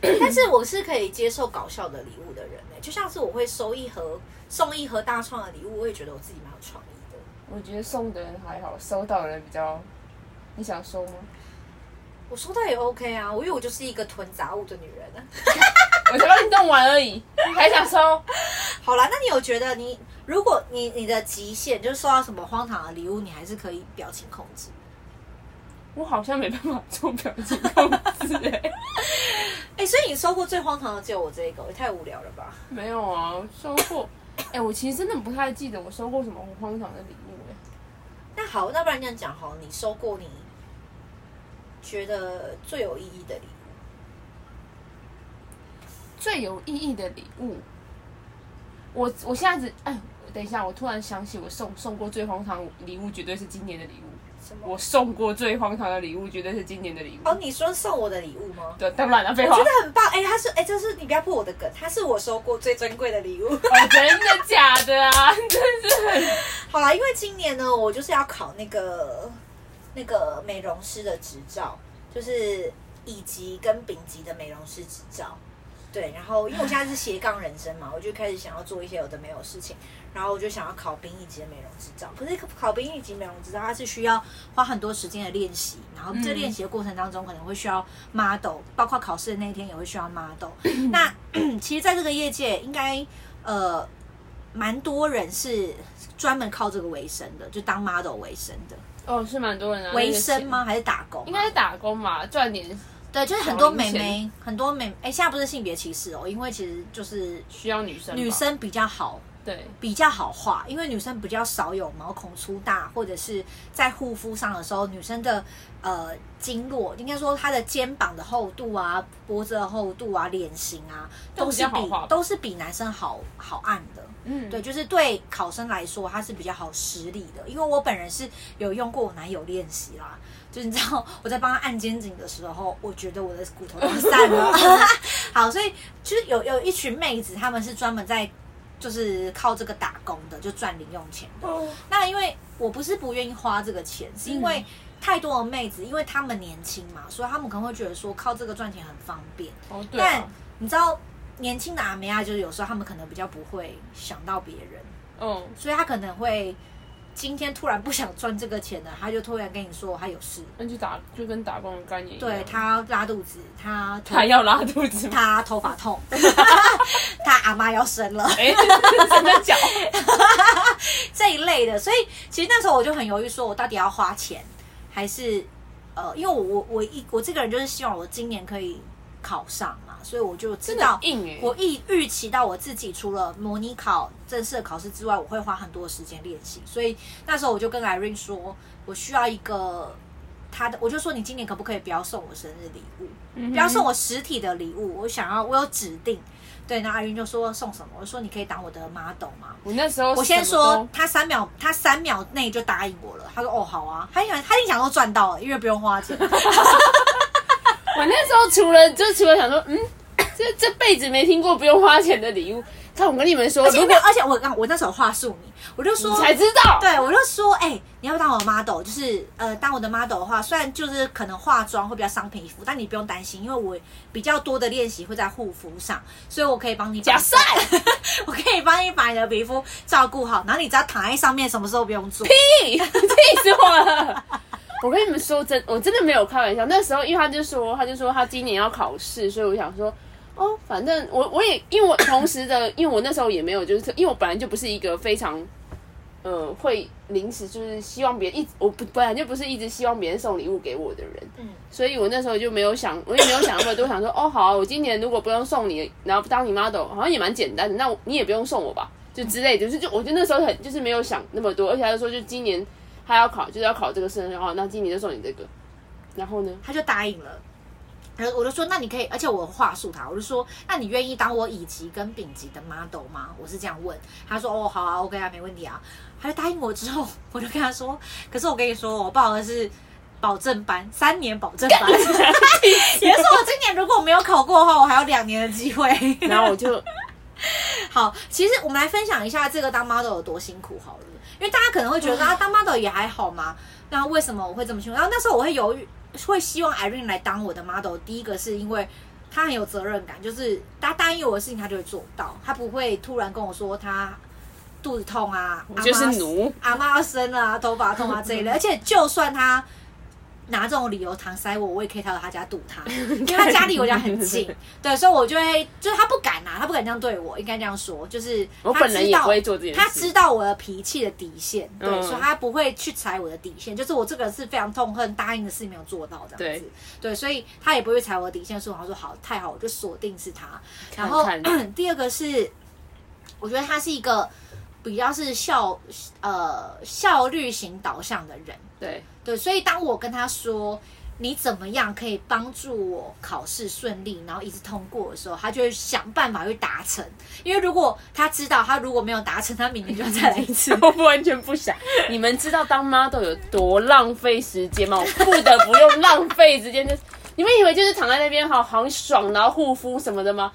Speaker 2: 但是我是可以接受搞笑的礼物的人、欸，就像是我会收一盒送一盒大创的礼物，我也觉得我自己蛮有创意的。
Speaker 1: 我觉得送的人还好，收到的人比较。你想收吗？
Speaker 2: 我收到也 OK 啊，我因为我就是一个囤杂物的女人、啊。
Speaker 1: 我才帮你弄完而 已，还想收？
Speaker 2: 好啦，那你有觉得你如果你你的极限就是收到什么荒唐的礼物，你还是可以表情控制？
Speaker 1: 我好像没办法做表情控制、欸，
Speaker 2: 哎、所以你收过最荒唐的只有我这一个，也太无聊了吧？
Speaker 1: 没有啊，我收过。哎、我其实真的不太记得我收过什么很荒唐的礼物、欸，
Speaker 2: 那好，那不然这样讲好，你收过你觉得最有意义的礼物？
Speaker 1: 最有意义的礼物。我我现在只哎，等一下，我突然想起我送送过最荒唐礼物，绝对是今年的礼物。
Speaker 2: 什么？
Speaker 1: 我送过最荒唐的礼物，绝对是今年的礼物。
Speaker 2: 哦，你说送我的礼物吗？
Speaker 1: 对，当然了，废
Speaker 2: 我
Speaker 1: 话哦
Speaker 2: 觉，得很棒，哎、他是哎、这是你不要破我的梗，他是我收过最珍贵的礼物。
Speaker 1: 哦真的假的啊？ 真是很
Speaker 2: 好啦，因为今年呢，我就是要考那个那个美容师的执照，就是乙级跟丙级的美容师执照。对，然后因为我现在是斜杠人生嘛，我就开始想要做一些有的没有的事情，然后我就想要考丙乙级的美容执照。可是考丙乙级美容执照，它是需要花很多时间的练习，然后这
Speaker 1: 嗯
Speaker 2: 练习的过程当中可能会需要 model，包括考试的那一天也会需要 model。那 其实，在这个业界应该呃蛮多人是专门靠这个为生的，就当 model 为生的，
Speaker 1: 哦，是蛮多人啊。
Speaker 2: 为生吗？？还是打工啊？
Speaker 1: 应该是打工嘛，赚点
Speaker 2: 对，就是很多
Speaker 1: 小零
Speaker 2: 美
Speaker 1: 钱
Speaker 2: 眉，很多美哎，现在不是性别歧视哦，因为其实就是
Speaker 1: 需要女生吧。
Speaker 2: 女生比较好，
Speaker 1: 对，
Speaker 2: 比较好画，因为女生比较少有毛孔粗大，或者是在护肤上的时候，女生的呃经络，应该说她的肩膀的厚度啊、脖子的厚度啊、脸型啊，
Speaker 1: 都
Speaker 2: 都
Speaker 1: 比
Speaker 2: 是
Speaker 1: 较好
Speaker 2: 比
Speaker 1: 画吧
Speaker 2: 都是比男生好好按的。
Speaker 1: 嗯，
Speaker 2: 对，就是对考生来说，它是比较好实力的，因为我本人是有用过我男友练习啦。就是你知道我在帮他按肩颈的时候，我觉得我的骨头都 散了。 好，所以就是有有一群妹子，她们是专门在就是靠这个打工的，就赚零用钱的。
Speaker 1: 哦。
Speaker 2: 那因为我不是不愿意花这个钱，是
Speaker 1: 嗯
Speaker 2: 因为太多的妹子，因为她们年轻嘛，所以她们可能会觉得说靠这个赚钱很方便。
Speaker 1: 哦，对
Speaker 2: 但
Speaker 1: 啊，
Speaker 2: 你知道，年轻的阿梅啊亚就是有时候他们可能比较不会想到别人，
Speaker 1: 嗯，
Speaker 2: 所以他可能会今天突然不想赚这个钱了，他就突然跟你说他有事，
Speaker 1: 那就打就跟打工的概念一样。
Speaker 2: 对他拉肚子，他头
Speaker 1: 他要拉肚子吗？
Speaker 2: 他头发痛， 他阿妈要生了
Speaker 1: 哎，什么脚？
Speaker 2: 这一类的，所以其实那时候我就很犹豫，说我到底要花钱还是呃，因为我我我一我这个人就是希望我今年可以考上嘛，所以我就知
Speaker 1: 真的
Speaker 2: 道
Speaker 1: 很硬哎、
Speaker 2: 我预预期到我自己除了模拟考正式的考试之外，我会花很多时间练习，所以那时候我就跟 Irene 说，我需要一个他的，我就说你今年可不可以不要送我生日礼物，
Speaker 1: 嗯
Speaker 2: 不要送我实体的礼物，我想要我有指定。对，那 Irene 就说送什么，我说你可以当我的 model 吗？
Speaker 1: 我那时候
Speaker 2: 我先
Speaker 1: 什么
Speaker 2: 说，他三秒，他三秒内就答应我了。他说：“哦，好啊。”他想，他一定想说赚到了，因为不用 花钱。
Speaker 1: 都，我那时候除了就除了想说，嗯，这这辈子没听过不用花钱的礼物。看我跟你们说，
Speaker 2: 而且
Speaker 1: 如
Speaker 2: 没
Speaker 1: 果
Speaker 2: 有，而且我我那时候有话术你，我就
Speaker 1: 你
Speaker 2: 说
Speaker 1: 才知道，
Speaker 2: 对，我就说，哎、你要不要当我的 model？就是呃，当我的 model 的话，虽然就是可能化妆会比较伤皮肤，但你不用担心，因为我比较多的练习会在护肤上，所以我可以帮你把
Speaker 1: 假赛
Speaker 2: 我可以帮你把你的皮肤照顾好，然后你只要躺在上面，什么时候不用做。
Speaker 1: 屁，气死我了！ 我跟你们说真，我真的没有开玩笑。那时候，因为他就说，他就说他今年要考试，所以我想说，哦，反正我我也因为我同时的，因为我那时候也没有，就是因为我本来就不是一个非常，呃，会临时就是希望别人一直，我不本来就不是一直希望别人送礼物给我的人，
Speaker 2: 嗯
Speaker 1: 所以我那时候就没有想， 我也没有想那么多，想说，哦，好、啊，我今年如果不用送你，然后当你 model，好像也蛮简单的，那我你也不用送我吧，就之类的，就是就我就那时候很就是没有想那么多，而且他就说，就今年他要考，就是要考这个生日哦，那今年就送你这个，然后呢，
Speaker 2: 他就答应了。然后我就说，那你可以，而且我有话术他，我就说，那你愿意当我乙级跟丙级的 model 吗？我是这样问。他说，哦，好啊，OK 啊，没问题啊。他就答应我之后，我就跟他说，可是我跟你说，我报的是保证班，三年保证班， 也就是我今年如果没有考过的话，我还有两年的机会。
Speaker 1: 然后我就
Speaker 2: 好，其实我们来分享一下这个当 model 有多辛苦好了，因为大家可能会觉得啊，当 model 也还好嘛，那为什么我会这么辛苦？然后那时候我会犹豫，会希望 Irene 来当我的 model。第一个是因为她很有责任感，就是她答应我的事情，她就会做到，她不会突然跟我说她肚子痛啊，
Speaker 1: 我就是
Speaker 2: 阿妈
Speaker 1: 奴，
Speaker 2: 阿妈要生了啊，头发痛啊这
Speaker 1: 嗯
Speaker 2: 一类。而且就算她拿这种理由搪塞我，我也可以跳到她家堵 她，因为她家离我家很近，对，所以我就会就是她不敢啊，她不敢这样对我，应该这样说，就是
Speaker 1: 我
Speaker 2: 她
Speaker 1: 本人
Speaker 2: 知
Speaker 1: 也
Speaker 2: 道
Speaker 1: 不会做这件事，
Speaker 2: 他知道我的脾气的底线，对，
Speaker 1: 嗯
Speaker 2: 所以他不会去踩我的底线，就是我这个人是非常痛恨答应的事没有做到这样子，对所以他也不会踩我的底线，说他说好太好，我就锁定是他。然
Speaker 1: 看
Speaker 2: 后
Speaker 1: 看
Speaker 2: 嗯第二个是，我觉得他是一个比较是效呃效率型导向的人，
Speaker 1: 对，
Speaker 2: 对，所以当我跟他说你怎么样可以帮助我考试顺利，然后一直通过的时候，他就会想办法去达成。因为如果他知道他如果没有达成，他明年就要再来一 次。
Speaker 1: 我不完全不想。你们知道当 model 有多浪费时间吗？我不得不用浪费时间，就是你们以为就是躺在那边好好爽，然后护肤什么的吗？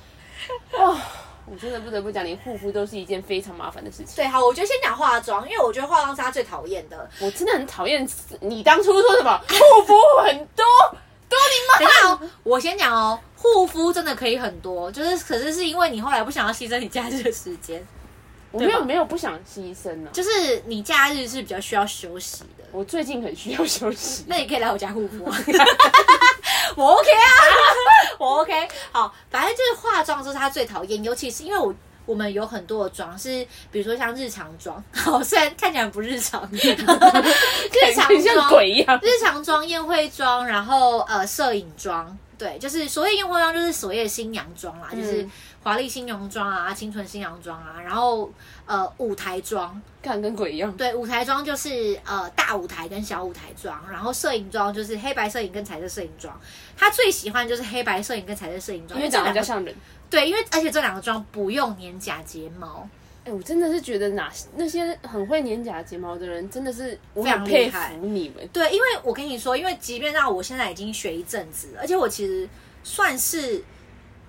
Speaker 1: 哦，我真的不得不讲，连护肤都是一件非常麻烦的事情。
Speaker 2: 对，好，我就先讲化妆，因为我觉得化妆是他最讨厌的。
Speaker 1: 我真的很讨厌你当初说什么护肤很多多你
Speaker 2: 等一下哦，我先讲哦，护肤真的可以很多，就是可是是因为你后来不想要牺牲你假日的时间，
Speaker 1: 妈，我没有没有不想牺牲啊，
Speaker 2: 就是你假日是比较需要休息的。
Speaker 1: 我最近很需要休息。
Speaker 2: 那你可以来我家护肤啊，我 OK 啊，我 OK。好，反正就是化妆是他最讨厌，尤其是因为我我们有很多的妆是，比如说像日常妆， 好，虽然看起来不日常，日常
Speaker 1: 感觉像
Speaker 2: 妆
Speaker 1: 鬼一样，
Speaker 2: 日常妆、宴会妆，然后呃摄影妆，对，就是所谓宴会妆就是所谓的新娘妆啦，就是
Speaker 1: 嗯
Speaker 2: 华丽新娘妆啊、清纯新娘妆啊，然后呃舞台妆，
Speaker 1: 看跟鬼一样。
Speaker 2: 对，舞台妆就是呃大舞台跟小舞台妆，然后摄影妆就是黑白摄影跟彩色摄影妆，他最喜欢就是黑白摄影跟彩色摄影妆，
Speaker 1: 因为
Speaker 2: 这
Speaker 1: 长得
Speaker 2: 两
Speaker 1: 比较
Speaker 2: 个
Speaker 1: 像人，
Speaker 2: 对，因为而且这两个妆不用粘假睫毛，
Speaker 1: 哎、我真的是觉得哪那些很会粘假睫毛的人，真的是我
Speaker 2: 非常
Speaker 1: 很佩
Speaker 2: 厉害
Speaker 1: 服你们。
Speaker 2: 对，因为我跟你说，因为即便让我现在已经学一阵子了，而且我其实算是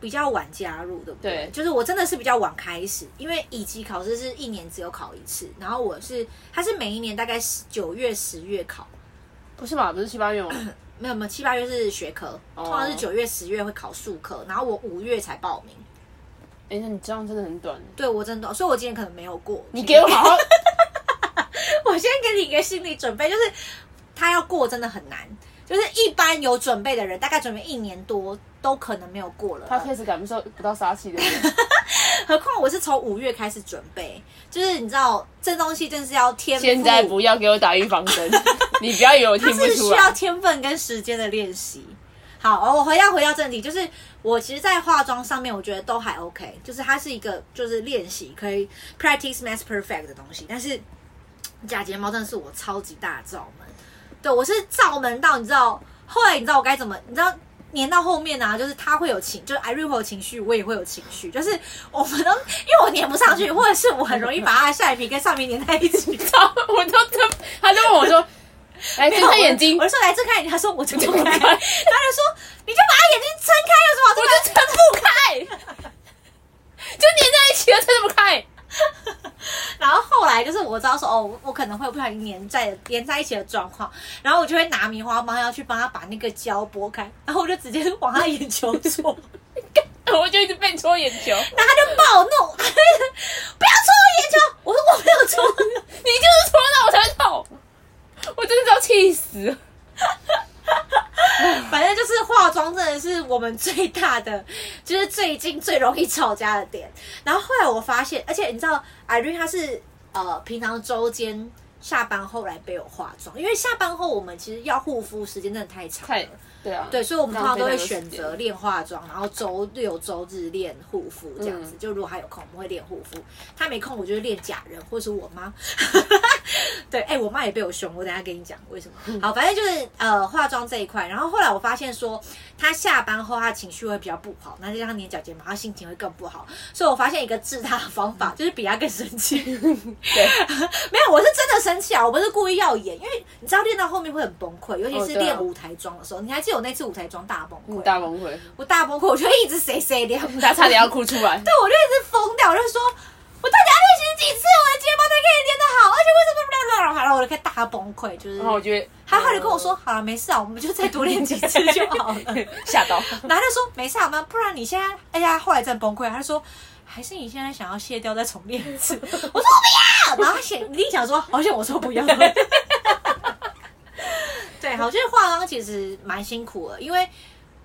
Speaker 2: 比较晚加入，对不对？
Speaker 1: 对
Speaker 2: 就是我真的是比较晚开始，因为乙级考试是一年只有考一次，然后我是它是每一年大概十九月、十月考，
Speaker 1: 不是吧？不是七八月 吗？
Speaker 2: 没有没有七八月是学科，
Speaker 1: 哦
Speaker 2: 通常是九月、十月会考数科，然后我五月才报名。
Speaker 1: 哎、那你这样真的很短。欸
Speaker 2: 对我真的，所以我今年可能没有过。
Speaker 1: 你给我好 好，
Speaker 2: 我先给你一个心理准备，就是他要过真的很难，就是一般有准备的人，大概准备一年多都可能没有过了。
Speaker 1: 他开始感受不到杀气的人。
Speaker 2: 何况我是从五月开始准备，就是你知道这东西真是要天赋，
Speaker 1: 现在不要给我打预防针，你不要以为我听
Speaker 2: 它
Speaker 1: 不
Speaker 2: 是
Speaker 1: 出
Speaker 2: 需要
Speaker 1: 来。
Speaker 2: 天分跟时间的练习。好，哦我回到回到正题，就是我其实，在化妆上面，我觉得都还 OK，就是它是一个就是练习可以 practice makes perfect 的东西。但是假睫毛真的是我超级大的罩门，对我是罩门到你知道，后来你知道我该怎么，你知道。粘到后面啊，就是他会有情，就是 Irene 会有情绪，我也会有情绪，就是我们都因为我粘不上去，或者是我很容易把它的下眼皮跟上面粘在一起，
Speaker 1: 超，我都真，他就问我 说：“哎， 睁开眼睛
Speaker 2: 我，就说来这看，他 说我睁不开，他就说你就把他眼睛撑开，有什么好
Speaker 1: 我
Speaker 2: 睁
Speaker 1: 就
Speaker 2: 开？
Speaker 1: 睁不开，就粘在一起了，撑不开。
Speaker 2: 然后后来就是我知道说哦，我我可能会不小心粘在粘在一起的状况，然后我就会拿棉花棒要去帮他把那个胶拨开，然后我就直接往他眼球 戳，”
Speaker 1: 我就一直被戳眼球，
Speaker 2: 然后他就暴怒， 他就不要戳我眼球，我说我没有戳，
Speaker 1: 你就是戳到我才痛，我真的要气死了。
Speaker 2: 反正就是化妆真的是我们最大的，就是最近最容易吵架的点。然后后来我发现，而且你知道，Irene 她是呃平常周间下班后来被我化妆，因为下班后我们其实要护肤时间真的太长了
Speaker 1: 太，对啊，
Speaker 2: 对，所以我们通常都会选
Speaker 1: 浪
Speaker 2: 择
Speaker 1: 费
Speaker 2: 练化妆，然后周六周日练护肤这样子。
Speaker 1: 嗯
Speaker 2: 就如果他有空，我们会练护肤；他没空，我就是练假人或是我妈。 对，哎、我妈也被我凶，我等一下跟你讲为什么。好，反正就是呃化妆这一块。然后后来我发现说，她下班后她情绪会比较不好，那就像粘脚睫毛，她心情会更不好。所以我发现一个治她的方法，就是比她更生气。 没有，我是真的生气啊！我不是故意要演，因为你知道练到后面会很崩溃，尤其
Speaker 1: 哦
Speaker 2: 是
Speaker 1: 对啊
Speaker 2: 练舞台妆的时候。你还记得我那次舞台妆大崩
Speaker 1: 你
Speaker 2: 溃？
Speaker 1: 大崩 溃，
Speaker 2: 我大崩溃，我就一直谁谁脸，
Speaker 1: 大家差点要哭出来。
Speaker 2: 对，我就一直疯掉，我就说，我到底要练习几次我的睫毛才可以练得好？而且为什么不练？然后我就开始大崩溃，就是
Speaker 1: 然后我觉得，
Speaker 2: 还好你跟 我说，好了，没事啊，我们就再多练几次就好了。
Speaker 1: 吓到，
Speaker 2: 然后他就说没事啊，妈，不然你现在，哎呀，后来真的崩溃，他就说。还是你现在想要卸掉再重练一次？我说我不要，然后他想一定想说，好像我说不要。 对，好，就是化妆其实蛮辛苦的，因为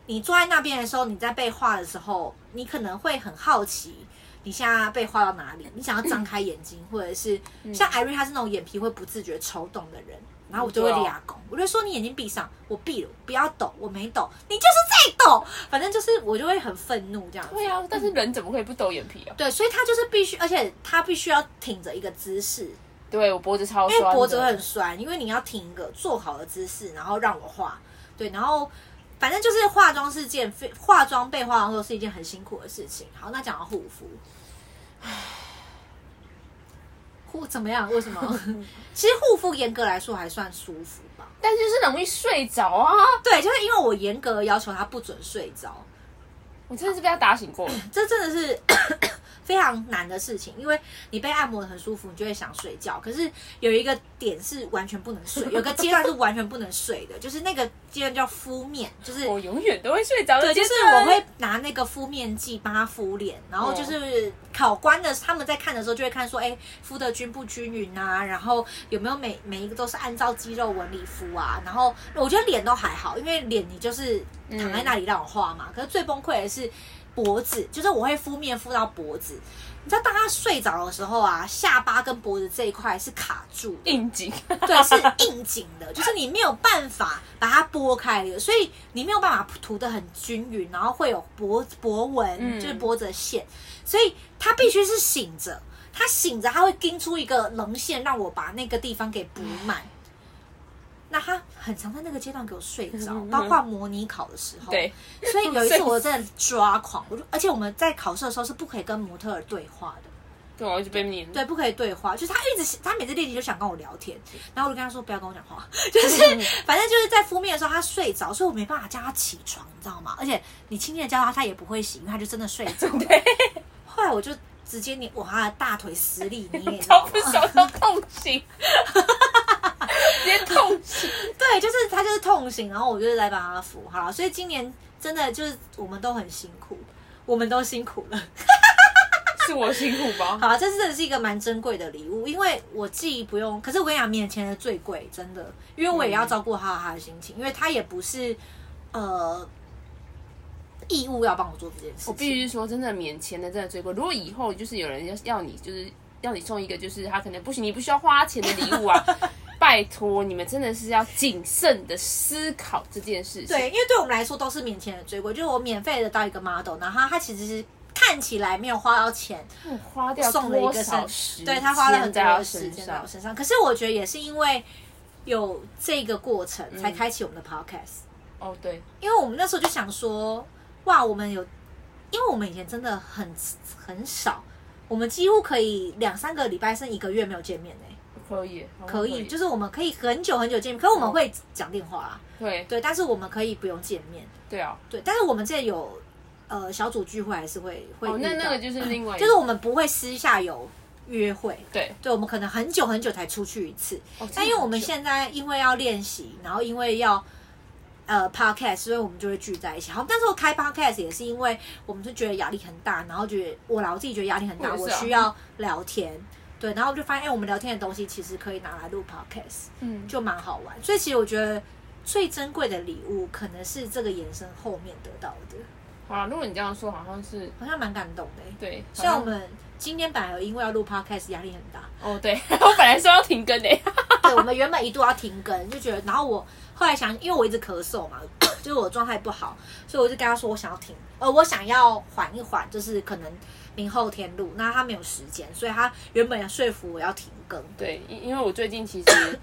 Speaker 2: 你坐在那边的时候，你在被画的时候，你可能会很好奇你现在被画到哪里，你想要张开眼睛，或者是像艾瑞，她是那种眼皮会不自觉抽动的人，然后我就会
Speaker 1: 对啊
Speaker 2: 俩拱，我就说你眼睛闭上，我闭了，不要抖，我没抖，你就是在抖，反正就是我就会很愤怒这样子。
Speaker 1: 对啊，但是人怎么可以不抖眼皮啊？
Speaker 2: 对，所以他就是必须，而且他必须要挺着一个姿势，
Speaker 1: 对啊我脖子超
Speaker 2: 因为
Speaker 1: 酸的，
Speaker 2: 脖子会很酸，因为你要挺一个做好的姿势，然后让我画。对，然后反正就是化妆是件非化妆被化妆都是一件很辛苦的事情。好，那讲到护 肤，护怎么样？为什么？ 其实护肤严格来说还算舒服吧。
Speaker 1: 但是就是容易睡着啊。
Speaker 2: 对，就是因为我严格要求他不准睡着，
Speaker 1: 我真的是被他打醒过了，
Speaker 2: 这真的是 非常难的事情，因为你被按摩的很舒服，你就会想睡觉。可是有一个点是完全不能睡，有个阶段是完全不能睡的，就是那个阶段叫敷面，就是
Speaker 1: 我永远都会睡着的
Speaker 2: 对，
Speaker 1: 阶
Speaker 2: 就
Speaker 1: 段。
Speaker 2: 是哦我会拿那个敷面剂帮他敷脸，然后就是考官的他们在看的时候就会看说，哎，敷的均不均匀啊，然后有没有每每一个都是按照肌肉纹理敷啊，然后我觉得脸都还好，因为脸你就是躺在那里让我画嘛。可是最崩溃的是脖子，就是我会敷面敷到脖子，你知道当他睡着的时候啊，下巴跟脖子这一块是卡住的。
Speaker 1: 应景，
Speaker 2: 对，是应景的，就是你没有办法把它拨开的，所以你没有办法涂的很均匀，然后会有脖脖纹，
Speaker 1: 嗯
Speaker 2: 就是脖子的线，所以它必须是醒着，它醒着它会盯出一个棱线，让我把那个地方给补满。那他很常在那个阶段给我睡着，包括模拟考的时候。
Speaker 1: 对，
Speaker 2: 所以有一次我真的抓狂，我就而且我们在考试的时候是不可以跟模特儿对话的。
Speaker 1: 对，我一直被念。
Speaker 2: 对，不可以对话，就是他一直他每次练习就想跟我聊天，然后我就跟他说不要跟我讲话， 就是反正就是在敷面的时候他睡着，所以我没办法叫他起床，你知道吗？而且你轻易的叫他，他也不会醒，因为他就真的睡着。了。后来我就直接你往他的大腿施 力，你也知
Speaker 1: 超
Speaker 2: 道吗
Speaker 1: 不？爽到痛醒， 直接痛醒。
Speaker 2: 对，就是他就是痛醒，然后我就是来帮他扶。好了，所以今年真的就是我们都很辛苦，我们都辛苦了。
Speaker 1: 是我辛苦吧？
Speaker 2: 好，这真的是一个蛮珍贵的礼物，因为我既不用，可是我跟你讲，免钱的最贵，真的，因为我也
Speaker 1: 嗯
Speaker 2: 要照顾好他的心情，因为他也不是呃义务要帮我做这件事
Speaker 1: 我
Speaker 2: 情。
Speaker 1: 必须说，真的免钱的真的最贵。如果以后就是有人要要你，就是要你送一个，就是他可能不行，你不需要花钱的礼物啊，拜托你们真的是要谨慎的思考这件事情。
Speaker 2: 对，因为对我们来说都是免钱的追过，就是我免费的到一个 model，然后他其实是看起来没有花到钱，
Speaker 1: 嗯，花掉
Speaker 2: 送了一
Speaker 1: 多
Speaker 2: 个
Speaker 1: 少
Speaker 2: 身
Speaker 1: 时，
Speaker 2: 对他花了很多
Speaker 1: 在他
Speaker 2: 的时
Speaker 1: 身
Speaker 2: 间啊在
Speaker 1: 上
Speaker 2: 我。身上。可是我觉得也是因为有这个过程，
Speaker 1: 嗯
Speaker 2: 才开启我们的 podcast，、
Speaker 1: 哦，对，
Speaker 2: 因为我们那时候就想说，哇，我们有，因为我们以前真的很很少，我们几乎可以两三个礼拜甚至一个月没有见面呢、
Speaker 1: 可以，哦好像
Speaker 2: 可
Speaker 1: 可
Speaker 2: 以，就是是我们可以很久很久见面，可是我们
Speaker 1: 哦
Speaker 2: 会讲电话啦，
Speaker 1: 对
Speaker 2: 对，但是我们可以不用见面，
Speaker 1: 对啊。
Speaker 2: 对，但是我们这有呃小组聚会还是会会遇到、
Speaker 1: 哦，
Speaker 2: 嗯
Speaker 1: 那那个就是另外一个，
Speaker 2: 就是我们不会私下有约会，
Speaker 1: 对，
Speaker 2: 对，我们可能很久很久才出去一次。
Speaker 1: 哦
Speaker 2: 但因为我们现在因为要练习，然后因为要呃 podcast，所以我们就会聚在一起。好，但是我开 podcast 也是因为我们是觉得压力很大，然后觉得我啦，我自己觉得压力很大，
Speaker 1: 我
Speaker 2: 我
Speaker 1: 也是啊
Speaker 2: 需要聊天。对，然后我就发现，哎、我们聊天的东西其实可以拿来录 podcast，
Speaker 1: 嗯，
Speaker 2: 就蛮好玩。所以其实我觉得最珍贵的礼物，可能是这个延伸后面得到的，
Speaker 1: 好了，如果你这样说，好像是
Speaker 2: 好像蛮感动的、欸。
Speaker 1: 对，好啊
Speaker 2: 像我们今天本来有因为要录 podcast 压力很大，
Speaker 1: 哦，对 我本来说要停更的，欸
Speaker 2: 对，我们原本一度要停更，就觉得，然后我后来想，因为我一直咳嗽嘛， 就是我状态不好，所以我就跟他说我想要停，呃，我想要缓一缓，就是可能明后天录。那他没有时间，所以他原本要说服我要停更。
Speaker 1: 对，因因为我最近其实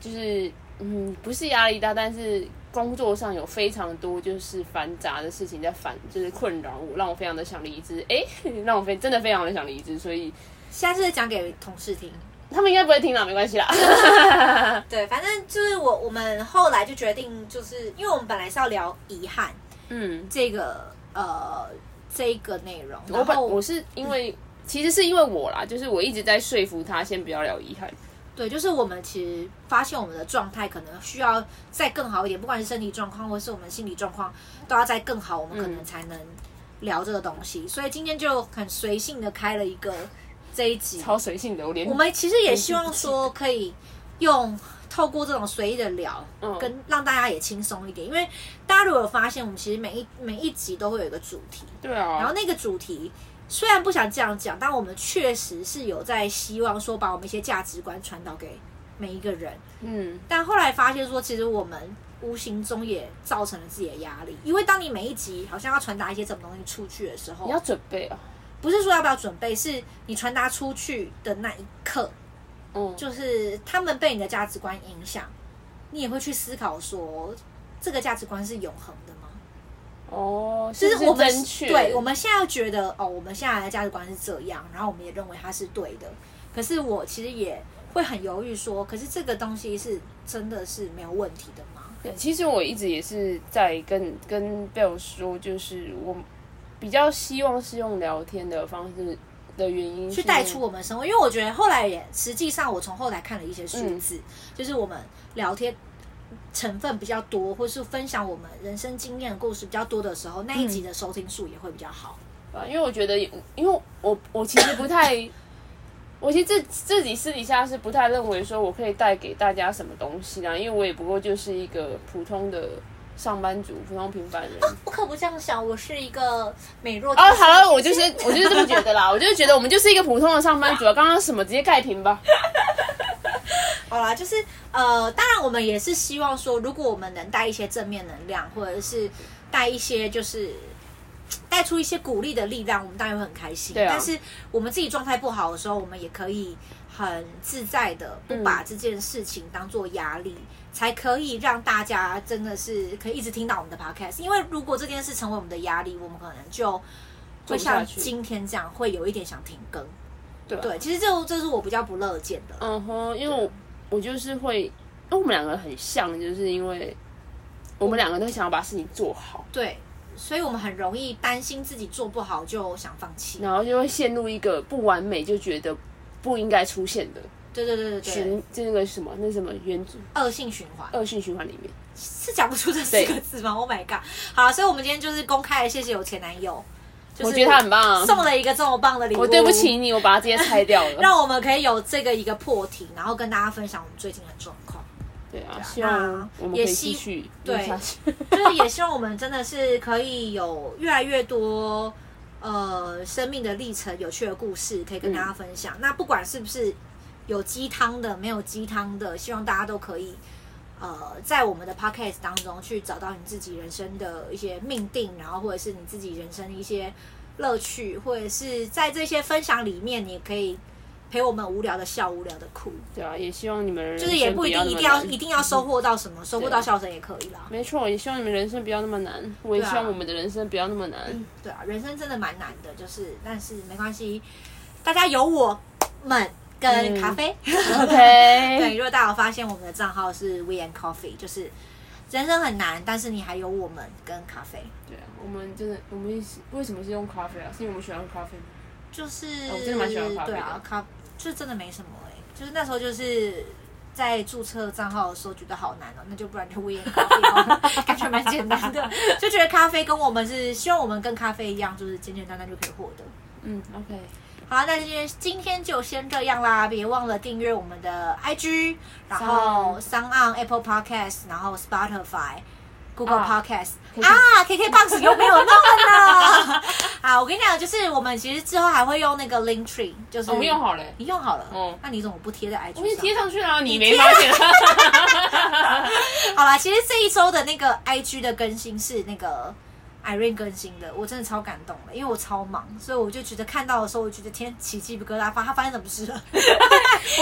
Speaker 1: 就是嗯，不是压力大，但是工作上有非常多就是繁杂的事情在烦，就是困扰我，让我非常的想离职。哎， 让我非真的非常的想离职，所以
Speaker 2: 现在是讲给同事听，
Speaker 1: 他们应该不会听啦，没关系啦。
Speaker 2: 对，反正就是我我们后来就决定，就是因为我们本来是要聊遗憾
Speaker 1: 嗯，
Speaker 2: 这个呃这个内容，
Speaker 1: 我
Speaker 2: 然
Speaker 1: 本
Speaker 2: 后
Speaker 1: 我是因为。其实是因为我啦，就是我一直在说服他先不要聊遗憾，
Speaker 2: 对，就是我们其实发现我们的状态可能需要再更好一点，不管是身体状况或是我们心理状况，都要再更好，我们可
Speaker 1: 嗯
Speaker 2: 能才能聊这个东西。所以今天就很随性的开了一个这一集。
Speaker 1: 嗯超随性的，我连
Speaker 2: 我们其实也希望说可以用透过这种随意的聊，
Speaker 1: 嗯
Speaker 2: 跟让大家也轻松一点。因为大家如果有发现，我们其实每一每一集都会有一个主题，
Speaker 1: 对啊，
Speaker 2: 然后那个主题虽然不想这样讲，但我们确实是有在希望说把我们一些价值观传导给每一个人。
Speaker 1: 嗯，
Speaker 2: 但后来发现说，其实我们无形中也造成了自己的压力，因为当你每一集好像要传达一些什么东西出去的时
Speaker 1: 你
Speaker 2: 候
Speaker 1: 要，准备啊，
Speaker 2: 不是说要不要准备，是你传达出去的那一刻，
Speaker 1: 嗯，
Speaker 2: 就是他们被你的价值观影响，你也会去思考说，这个价值观是永恒的吗？
Speaker 1: 哦，
Speaker 2: 就是是我们
Speaker 1: 正确，
Speaker 2: 对我们现在觉得哦，我们现在的价值观是这样，然后我们也认为它是对的。可是我其实也会很犹豫说，可是这个东西是真的是没有问题的吗？
Speaker 1: 对，其实我一直也是在跟跟 Bill 说，就是我比较希望是用聊天的方式的原因
Speaker 2: 去
Speaker 1: 是
Speaker 2: 带出我们生活，因为我觉得后来也实际上我从后台看了一些数字，就是我们聊天成分比较多，或是分享我们人生经验的故事比较多的时候，那一集的收听数也会比较好。
Speaker 1: 啊，因为我觉得，因为我我其实不太，我其实自自己私底下是不太认为说我可以带给大家什么东西啦，因为我也不过就是一个普通的上班族，普通平凡 人。
Speaker 2: 不可不这样想，我是一个美若
Speaker 1: 哦，好了，我就是我就是这么觉得啦，我就是觉得我们就是一个普通的上班族啊。刚刚什么直接盖平吧，
Speaker 2: 好啦，就是呃，当然我们也是希望说，如果我们能带一些正面能量，或者是带一些就是带出一些鼓励的力量，我们当然会很开心。
Speaker 1: 对啊
Speaker 2: 但是我们自己状态不好的时候，我们也可以很自在的不把这件事情当做压力。才可以让大家真的是可以一直听到我们的 podcast，因为如果这件事成为我们的压力，我们可能就
Speaker 1: 做
Speaker 2: 会
Speaker 1: 不下
Speaker 2: 像
Speaker 1: 去
Speaker 2: 今天这样，会有一点想停更。
Speaker 1: 对啊吧
Speaker 2: 对，其实这这是我比较不乐见的啦。
Speaker 1: 嗯哼，因为我我就是会，因为我们两个很像，就是因为我们两个都想要把事情做好，
Speaker 2: 对，所以我们很容易担心自己做不好就想放弃。
Speaker 1: 然后就会陷入一个不完美就觉得不应该出现的
Speaker 2: 对对对对对，
Speaker 1: 循，就那个什么，那什么原子
Speaker 2: 恶性循环
Speaker 1: 恶性循环里面。
Speaker 2: 是讲不出这四个字吗？Oh my god！好，所以我们今天就是公开的谢谢我前男友，就是
Speaker 1: 我觉得他很棒，啊
Speaker 2: 送了一个这么棒的礼物。
Speaker 1: 我对不起你，我把它直接拆掉了。
Speaker 2: 让我们可以有这个一个破题，然后跟大家分享我们最近的状况。
Speaker 1: 对啊，希望我们可以
Speaker 2: 也希
Speaker 1: 继续录
Speaker 2: 对
Speaker 1: 下去。
Speaker 2: 就是也希望我们真的是可以有越来越多
Speaker 1: 嗯
Speaker 2: 呃生命的历程、有趣的故事可以跟大家分享。那不管是不是有鸡汤的，没有鸡汤的，希望大家都可以。呃，在我们的 podcast 当中去找到你自己人生的一些命定，然后或者是你自己人生的一些乐趣，或者是在这些分享里面，你可以陪我们无聊的笑，无聊的哭，
Speaker 1: 对啊，也希望你们人
Speaker 2: 就是也
Speaker 1: 生
Speaker 2: 不一定
Speaker 1: 那
Speaker 2: 一
Speaker 1: 么
Speaker 2: 定要
Speaker 1: 难
Speaker 2: 一定要收获到什么，收获到笑声也可以啦。
Speaker 1: 没错，也希望你们人生不要那么难，我也
Speaker 2: 对啊
Speaker 1: 希望我们的人生不要那么难。
Speaker 2: 对啊，人生真的蛮难的，就是但是没关系，大家有我们跟
Speaker 1: 嗯
Speaker 2: 咖啡。对，
Speaker 1: OK，
Speaker 2: 如果大家有发现我们的账号是 We and Coffee，就是人生很难，但是你还有我们跟咖啡，
Speaker 1: 对啊，我们真的，我们一起为什么是用咖啡啊？是因为我们喜欢咖啡吗？
Speaker 2: 就是、
Speaker 1: 哦我真的蛮喜欢咖啡的
Speaker 2: 对啊，咖就真的没什么哎、就是那时候就是。在注册账号的时候觉得好难哦，那就不然就 We and Coffee，好了 感觉蛮简单的，就觉得咖啡跟我们是希望我们跟咖啡一样，就是简简单单就可以获得。
Speaker 1: 嗯，OK，
Speaker 2: 好，那今天今天就先这样啦，别忘了订阅我们的 IG，然后 s o n Apple Podcast，然后 Spotify。Google
Speaker 1: 啊
Speaker 2: Podcast 啊，KK Box 又没有弄了 呢。啊，我跟你讲，就是我们其实之后还会用那个 Link Tree，就是
Speaker 1: 我们用好了欸，
Speaker 2: 你用好了，
Speaker 1: 嗯
Speaker 2: 那你怎么不贴在 IG
Speaker 1: 我
Speaker 2: 上？
Speaker 1: 们贴上去了，你没发现？
Speaker 2: 好啦，其实这一周的那个 IG 的更新是那个 Irene 更新的，我真的超感动的，因为我超忙，所以我就觉得看到的时候，我觉得天起鸡皮疙瘩，发他发生什么事了？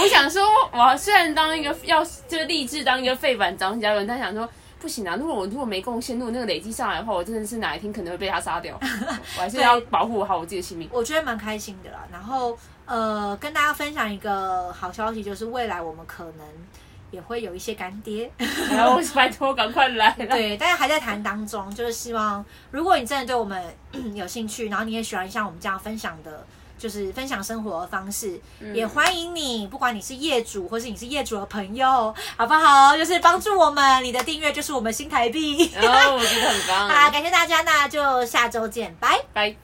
Speaker 1: 我想说，我虽然当一个要就是立志当一个废版张嘉伦，但想说不行啊，如果我如果没贡献，如果那个累积上来的话，我真的是哪一天可能会被他杀 掉。我还是要保护好我自己的性命。
Speaker 2: 我觉得蛮开心的啦。然后呃，跟大家分享一个好消息，就是未来我们可能也会有一些干爹，
Speaker 1: 然 后我拜托赶快来啦！
Speaker 2: 对，但是还在谈当中，就是希望如果你真的对我们 有兴趣，然后你也喜欢像我们这样分享的。就是分享生活的方式，
Speaker 1: 嗯
Speaker 2: 也欢迎你，不管你是业主或是你是业主的朋友，好不好？就是帮助我们，你的订阅就是我们新台币。
Speaker 1: 然后我觉得很棒啊
Speaker 2: 好，，感谢大家，那就下周见，拜。
Speaker 1: 拜。